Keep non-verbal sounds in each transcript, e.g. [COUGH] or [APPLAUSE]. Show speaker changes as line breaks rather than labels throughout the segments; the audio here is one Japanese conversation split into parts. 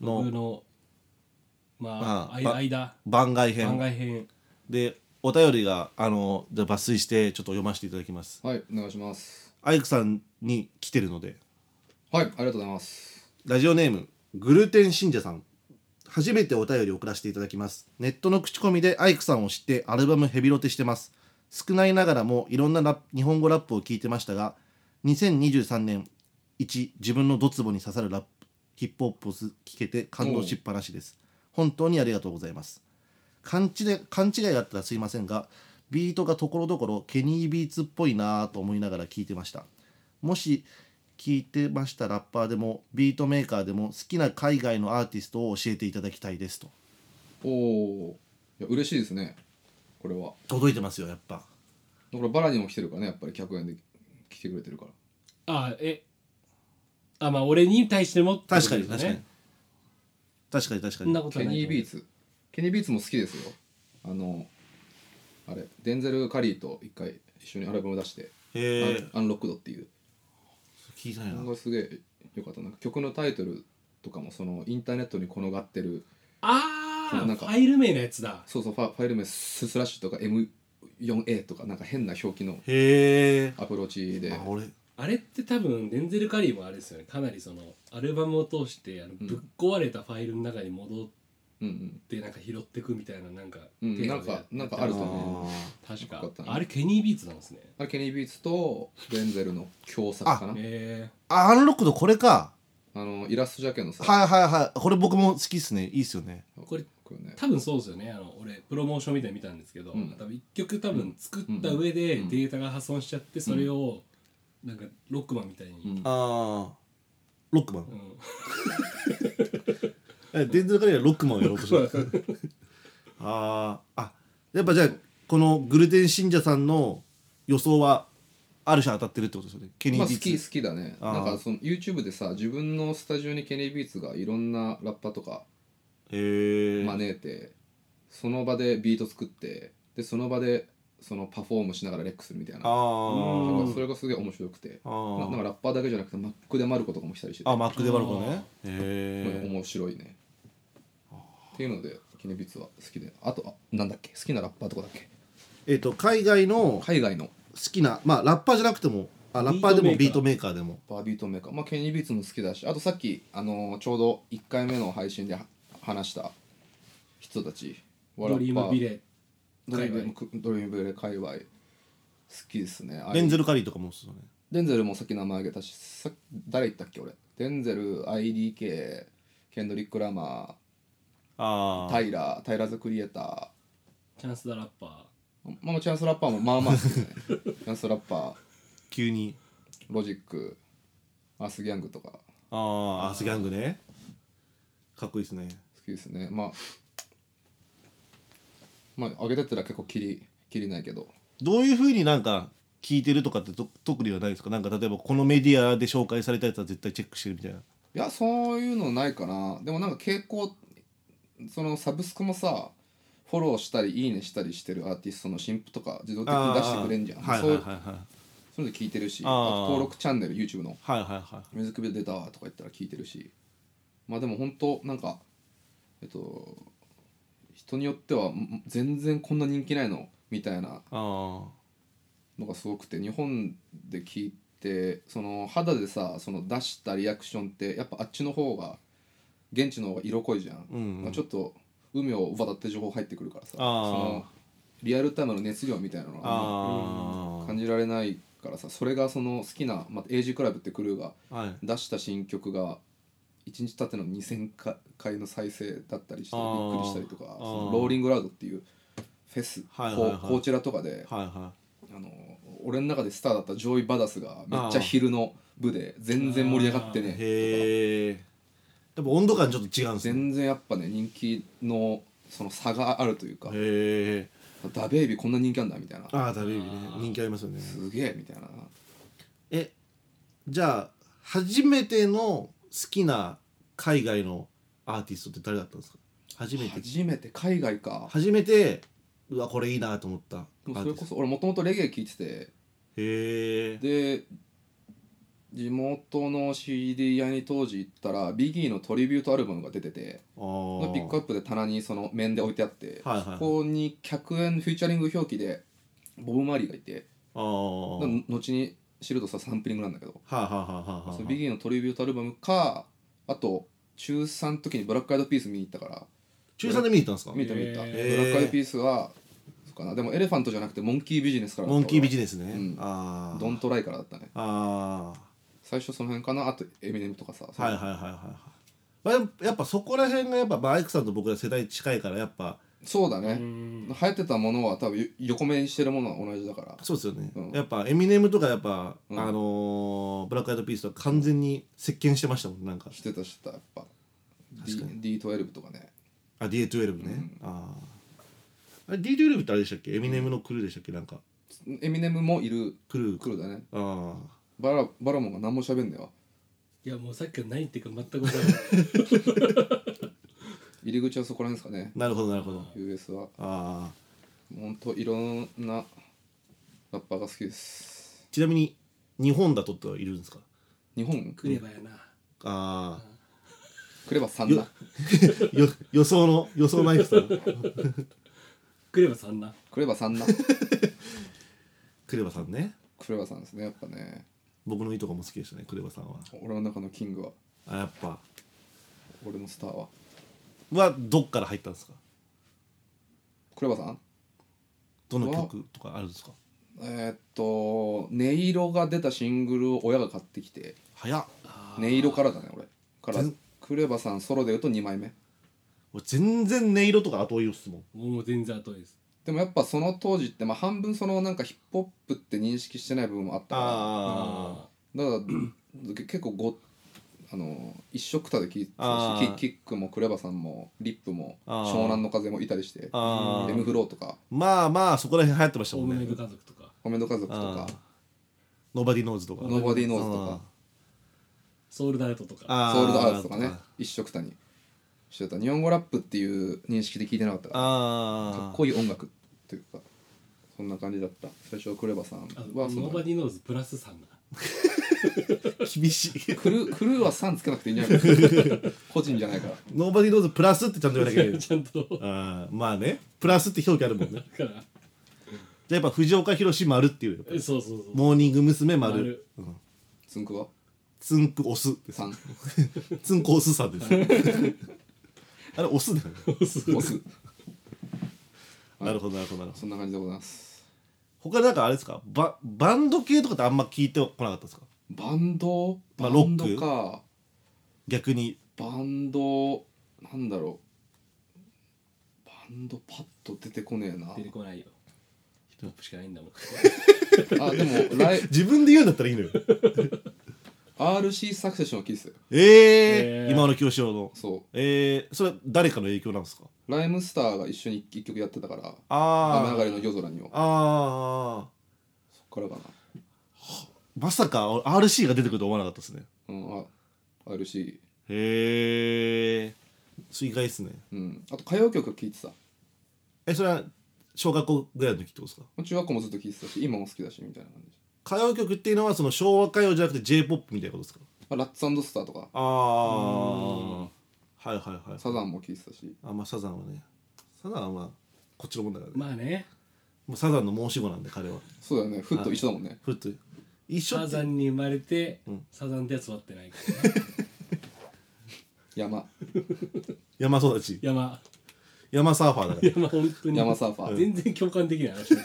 の
僕のまあ
あば
間間
番外編
番外編
でお便りがあのじゃあ抜粋してちょっと読ませていただきます
はいお願いします
アイクさんに来てるので
はいありがとうございます
ラジオネームグルテン信者さん初めてお便りを送らせていただきますネットの口コミでアイクさんを知ってアルバムヘビロテしてます少ないながらもいろんなラップ日本語ラップを聞いてましたが2023年1自分のドツボに刺さるラップヒップホップを聞けて感動しっぱなしです本当にありがとうございます勘違い勘違いだったらすいませんがビートがところどころケニービーツっぽいなぁと思いながら聞いてましたもし聞いてましたラッパーでもビートメーカーでも好きな海外のアーティストを教えていただきたいですと
おおいや嬉しいですねこれは
届いてますよやっぱ
だからバラにも来てるからねやっぱり100円で来てくれてるから
あえあまあ俺に対してもってこと
確かに
ですね
確かに確
そ
かに確か
ん
に
なこと
ケ
はない
ニ
と思
ー・
う
ビーツケニー・ビーツも好きですよあのあれデンゼル・カリーと一回一緒にアルバム出して「
へえ
アンアンロックド」っていう
聞いたよ
なん
な
かすげえよかったなんか曲のタイトルとかもそのインターネットに転がってる
あ
そう
あ
なん
フ
か
ァイル名のやつだ
そうそうファファイル名ススラッシュとか M4A とかなんか変な表記の
へえ
アプローチで
あ俺
あれって多分デンゼル・カリーもあれですよねかなりそのアルバムを通してあの
ん
ぶっ壊れたファイルの中に戻っ
うん
てなんか拾ってくみたいななんか
うん
テーマ
なんか
でやってた
なんかある
あ
と
ー
思
確
よか
か
ったね
あれケニービーツなんですね
あれケニー・ビーツとデンゼルの共作かな
え
あアンロックドこれか
あのイラストジャケのさ
はいはいはいこれ僕も好きっすねいいっすよね
これ
これね
ー多分そうですよねあの俺プロモーションみたいに見たんですけど、
うん
多分一曲多分作った上で
うん
データが破損しちゃってそれをなんかロックマンみたいに、
うん
ああロックマン
うん
えデンゼルカリーはロックマンをやろうとしてるあーあやっぱじゃあこのグルテン信者さんの予想はある種当たってるってことですよねケニ
ま
ー・
あ、
ビ
好
ー
き
ツ、
好きだね
あー
なんかその YouTube でさ自分のスタジオにケニー・ビーツがいろんなラッパーとか
へえ
招いてその場でビート作ってでその場でそのパフォームしながらレックするみたいな
あ
なん
ー
かそれがすげえ面白くて
あ
ななんか
ー
ラッパーだけじゃなくてマックでマルコとかも来たりしてて
あマック・デ・バルコねへえ
面白いねっていうのでケニー・ビーツは好きであとあなんだっけ好きなラッパーとかだっけ
えっ、と海外の好
海外の
きなまあラッパーじゃなくてもあラッパーでもビートメーカーでも
バービートメーカー、まあ、ケニー・ビーツも好きだしあとさっき、あのーちょうど1回目の配信では話した人たち
ドリームビ
レ
レ
ドリー
界
ムドリームビレ界隈好きですね
デンゼ
ル
ル・カリーとかもそうね
デンゼルもさっき名前挙げたしさ誰言ったっけ俺デンゼル IDK ケンドリック・ラマ
あ
ー
あ
タイラータイラーズ・クリエイタ
チャンス・ザ・ラッパ
ーまあチャンスラッパーもまあまあ好き
[LAUGHS]
ですねチャンスラッパー
急に
ロジックアース・ギャングとか
ああアース・ギャングねかっこいいですね
好きですねまあまあ上げてったら結構きりきりないけど
どういうふうになんか聞いてるとかってと特にはないですかなんか例えばこのメディアで紹介されたやつは絶対チェックしてるみたいない
やそういうのないかなでもなんか傾向そのサブスクもさフォローしたりいいねしたりしてるアーティストの新譜とか自動的に出してくれんじゃん
はいは
そう
い
い
はい
う
はい
そういうの聞いてるし
あ
あ
ー
と登録チャンネル YouTube の
はいはいはい
ミュージックビデオ出たわとか言ったら聞いてるしまあでも本当なんかえっと人によってはん全然こんな人気ないのみたいな
あ
のがすごくて日本で聞いてその肌でさその出したリアクションってやっぱあっちの方が現地の方が色濃いじゃん、
うんうん
まあちょっと海を渡って情報入ってくるからさそ
あー
のリアルタイムの熱量みたいなの
あ
が
あ
感じられないからさそれがその好きな、まあ、AG クラブってクルーが
あはい
出した新曲が1日経っての2000か回の再生だったりして
あ
び
ー
っくりしたりとか
あー
そのローリングラウドっていうフェス、
はいはいはい
こうこちらとかで
はいは
あの俺の中でスターだったジョイ・バダスがめっちゃ昼の部で全然盛り上がって
い
ね
へえやっぱ温度感ちょっと違うんですね
全然やっぱね人気のその差があるというか
へえ
「ダベイビーこんな人気あんだ」みたいな
ああダルビーね人気ありますよね
「すげえ」みたいな
えじゃあ初めての好きな海外のアーティストって誰だったんですか初めて
初めて海外か
初めてうわこれいいなと思ったアー
で
ティス
もそ
ト
れこそ俺もともとレゲエ聴いてて
へえ
で地元の CD 屋に当時行ったらビギーのトリビュートアルバムが出てて
あー
ピックアップで棚にその面で置いてあって、
はいはい
そこに客円フューチャリング表記でボブ・マーリーがいて
ああ
だから後に知るとさサンプリングなんだけど
はいはいはいはいはい
そのビギーのトリビュートアルバムかあと中3の時にブラックアイドピース見に行ったから
中3で見に行ったんですか
見た見た、
へ
ー
ブラックアイドピースはそうかなでもエレファントじゃなくてモンキービジネスからだっ
モ
た
ンキービジネスね、
うん
ああ
ドントライからだったね
ああ
最初その辺かなあとエミネムとかさ、
はいはいはいはいはいまあやっぱやっぱそこら辺がやっぱ、まあ、アイクさんと僕ら世代近いからやっぱ
そうだね、
うん
流行ってたものは多分よ横目にしてるものは同じだから
そうですよね、
うん
やっぱエミネムとかやっぱ、
うん
あのーブラックアイドピースとか完全に席巻してましたもんなんか
してたしてたやっぱ
確かに
D D12 とかね
あ D12 ね、あああれ D12 ってあれでしたっけエミネムのクルーでしたっけなんか
エミネムもいる
クルー
黒だね
ああ
バラバラモンが何も喋んねえわ
いやもうさっきから何言ってるか全く分から [LAUGHS] ない
入り口はそこら辺ですかね
なるほどなるほど
US は
ああ
ほんといろんなラッパーが好きです
ちなみに日本だとっているんですか
日本
クレバやな
あ
クレバさんだ
あ [LAUGHS] よ予想の予想のアイクさん
クレバさんな
[LAUGHS] クレバさんだ
クレバさんね
クレバさんですねやっぱね
僕のいとこも好きでしたねクレバさんは
俺の中のキングは
あやっぱ
俺のスターは
はどっから入ったんですか
クレバさん
どの曲とかあるんですか
えーっと音色が出たシングルを親が買ってきて
早っ
音色からだね俺から
全
クレバさんソロで言うと2枚目
俺全然音色とか後追いをすもん
もう全然後です
でもやっぱその当時ってまあ半分そのなんかヒップホップって認識してない部分もあった
あ
からだからけ結構ごあの一緒くたで聴いてた
あ
し
ー
キキックもクレバさんもリップも
あー
湘南の風もいたりして
ああ
エムフローとか
まあまあそこら辺流行ってました
オー
も
ム
ん
ナイ
ね
ト家族とか
コメント家族と
あ
か
ーノーバディノーズとか
ノーバディーノーズとか
ソウルダートとか
あ
ソウルドアーツとかね一緒くたにしてた日本語ラップっていう認識で聞いてなかったから
ああ
かっこいい音楽というかそんな感じだった最初はクレバさん
あ
はそ
ノ
の
ーバディノーズプラスさんな
厳しい
クルークルーは3つけなくていいんじゃない
[LAUGHS]
かな個人じゃないから
ノーバディノーズプラスってちゃんと言わなきゃいけな
[LAUGHS]
い
ちゃんと
あーまあねプラスって表記あるもんね
だから
じゃあやっぱ藤岡弘丸っていう
えそうそうそう
モーニング娘。丸
丸
うん、
つんくは
つんくオスです
3
つんこオスさんです
[LAUGHS]
あれオスだよね
オス
なるほどなるほどなるほど
そんな感じでございます
他なんかあれですかババンド系とかってあんま聞いてこなかったですか
バンド
ま
バ
あロ
ン
ッ
ド
ク
か
逆に
バンドなんだろうバンドパッと出てこねえな
出てこないよヒップホップしかないんだもん
あでもライ
自分で言うんだったらい
[LAUGHS]
いのよ
RC サクセションは聞いてたよ
えー、
えー
今の清志郎の
そ
えー、それは誰かの影響なんですか
うライムスターが一緒に一曲やってたから「雨上
あ
が
ー
りの夜空に」を
あー
そっからかな
まさか俺 RC が出てくると思わなかったですね
うんあ RC
へえそれ意外ですね
うんあと歌謡曲聴いてた
えそれは小学校ぐらいの時ってことですか
中学校もずっと聴いてたし今も好きだしみたいな感じ、
歌謡曲っていうのはその昭和歌謡じゃなくて j p o p みたいなことですか
まあ、ラッツスターとか
ああはいはいはい
サザンも聴いてたし
あまあサザンはねサザンはまあこっちのもんだからね、
[LAUGHS] まあね
もうサザンの申し子なんで彼は
そうだよねフット一緒だもんね
ふっと一緒
サ
って
ザンに生まれて、
うん
サザンってやつはってないからな
山
山育ち
山 [LAUGHS]
山サーファーだから
山本当に
山サーファー
全然共感できない話だし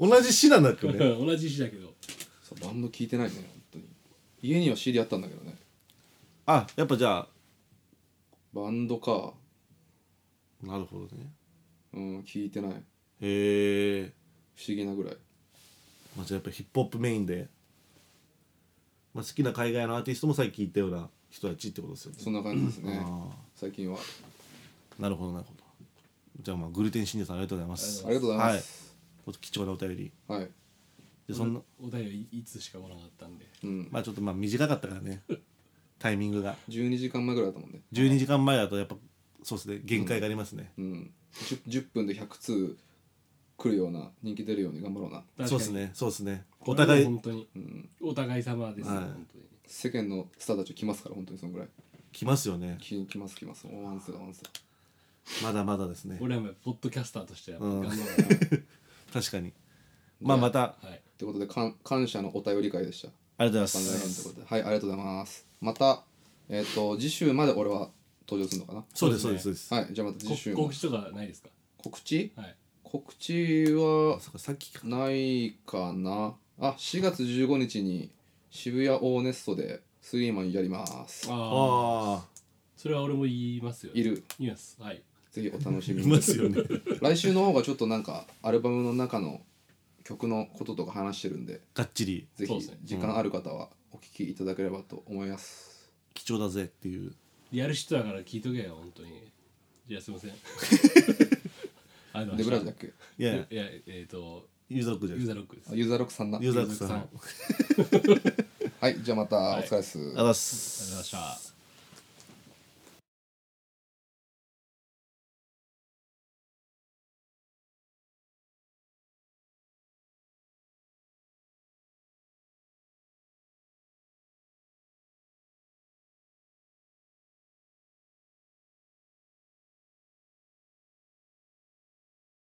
同じ市なんだけ
[LAUGHS]
どね
同じ石だけど
そうバンド聴いてないね本当に家には CD あったんだけどね
あやっぱじゃあ
バンドか
なるほどね
うん聴いてない
へえ、
不思議なぐらい
まあ、じゃあやっぱヒップホップメインで、まあ、好きな海外のアーティストもさっき言ったような人たちってことですよね
そんな感じですね
あ
最近は
あなるほどなるほどじゃあまあグルテン信者さんありがとうございます
ありがとうございます
はい、貴重なお便り
はい、
でそんな
お題はいつしかもらなかったんで
うん
まあちょっとまあ短かったからねタイミングが
12時間前ぐらいだったもんね
12時間前だとやっぱそうですね限界がありますね、
うん 10, 10分で100通来るような人気出るように頑張ろうな、
確かに
そうですねそうですねお
これは
互い
本当に
うん、
お互い様ですよ、
はい
本当に
世間のスターたち来ますから本当にそのぐらい
来ますよね
来来ます来ますおワンスだワンスだ
まだまだですね
俺はもうポッドキャスターとしては
うん
頑張ろ
確かにまあまた [LAUGHS]
う、はい、
ということでかん感謝のお便り会でした
ありがとうござ
番
い
外
ま
編という
す
ことではいありがとうございますまたえっ、と次週まで俺は登場するのかな
そうですそうですそうです
はいじゃあまた次週
こ
も
告知とかないですか
告知
はい
告知は
あそっかさっきか
ないかなあ4月15日に渋谷オーネストでスリーマンやります
ああ
あ
それは俺も言いますよ
いる
言いますはい
ぜひお楽し
あ
み
い
に
[LAUGHS] ますよね
来週の方がちょっとなんかアルバムの中の曲のこととか話してるんで
がっちり
ぜ
そう
ひ
ですね
時間ある方はお聞きいただければと思います、
貴重だぜっていう
やる人だから聞いとけよ本当にじゃあすい
[LAUGHS]
ませんあの
デブラージだっけ
いやいや
いやえっ、と
ユーザーロックじゃ
ユ
な
ーザ
いです
ーロックです
あユーザーロックさんだ
かユーザーロックさん
ユーザーロックさん
ありがとう
はいじゃあまたお疲れっす、
ございます
ありがとうございました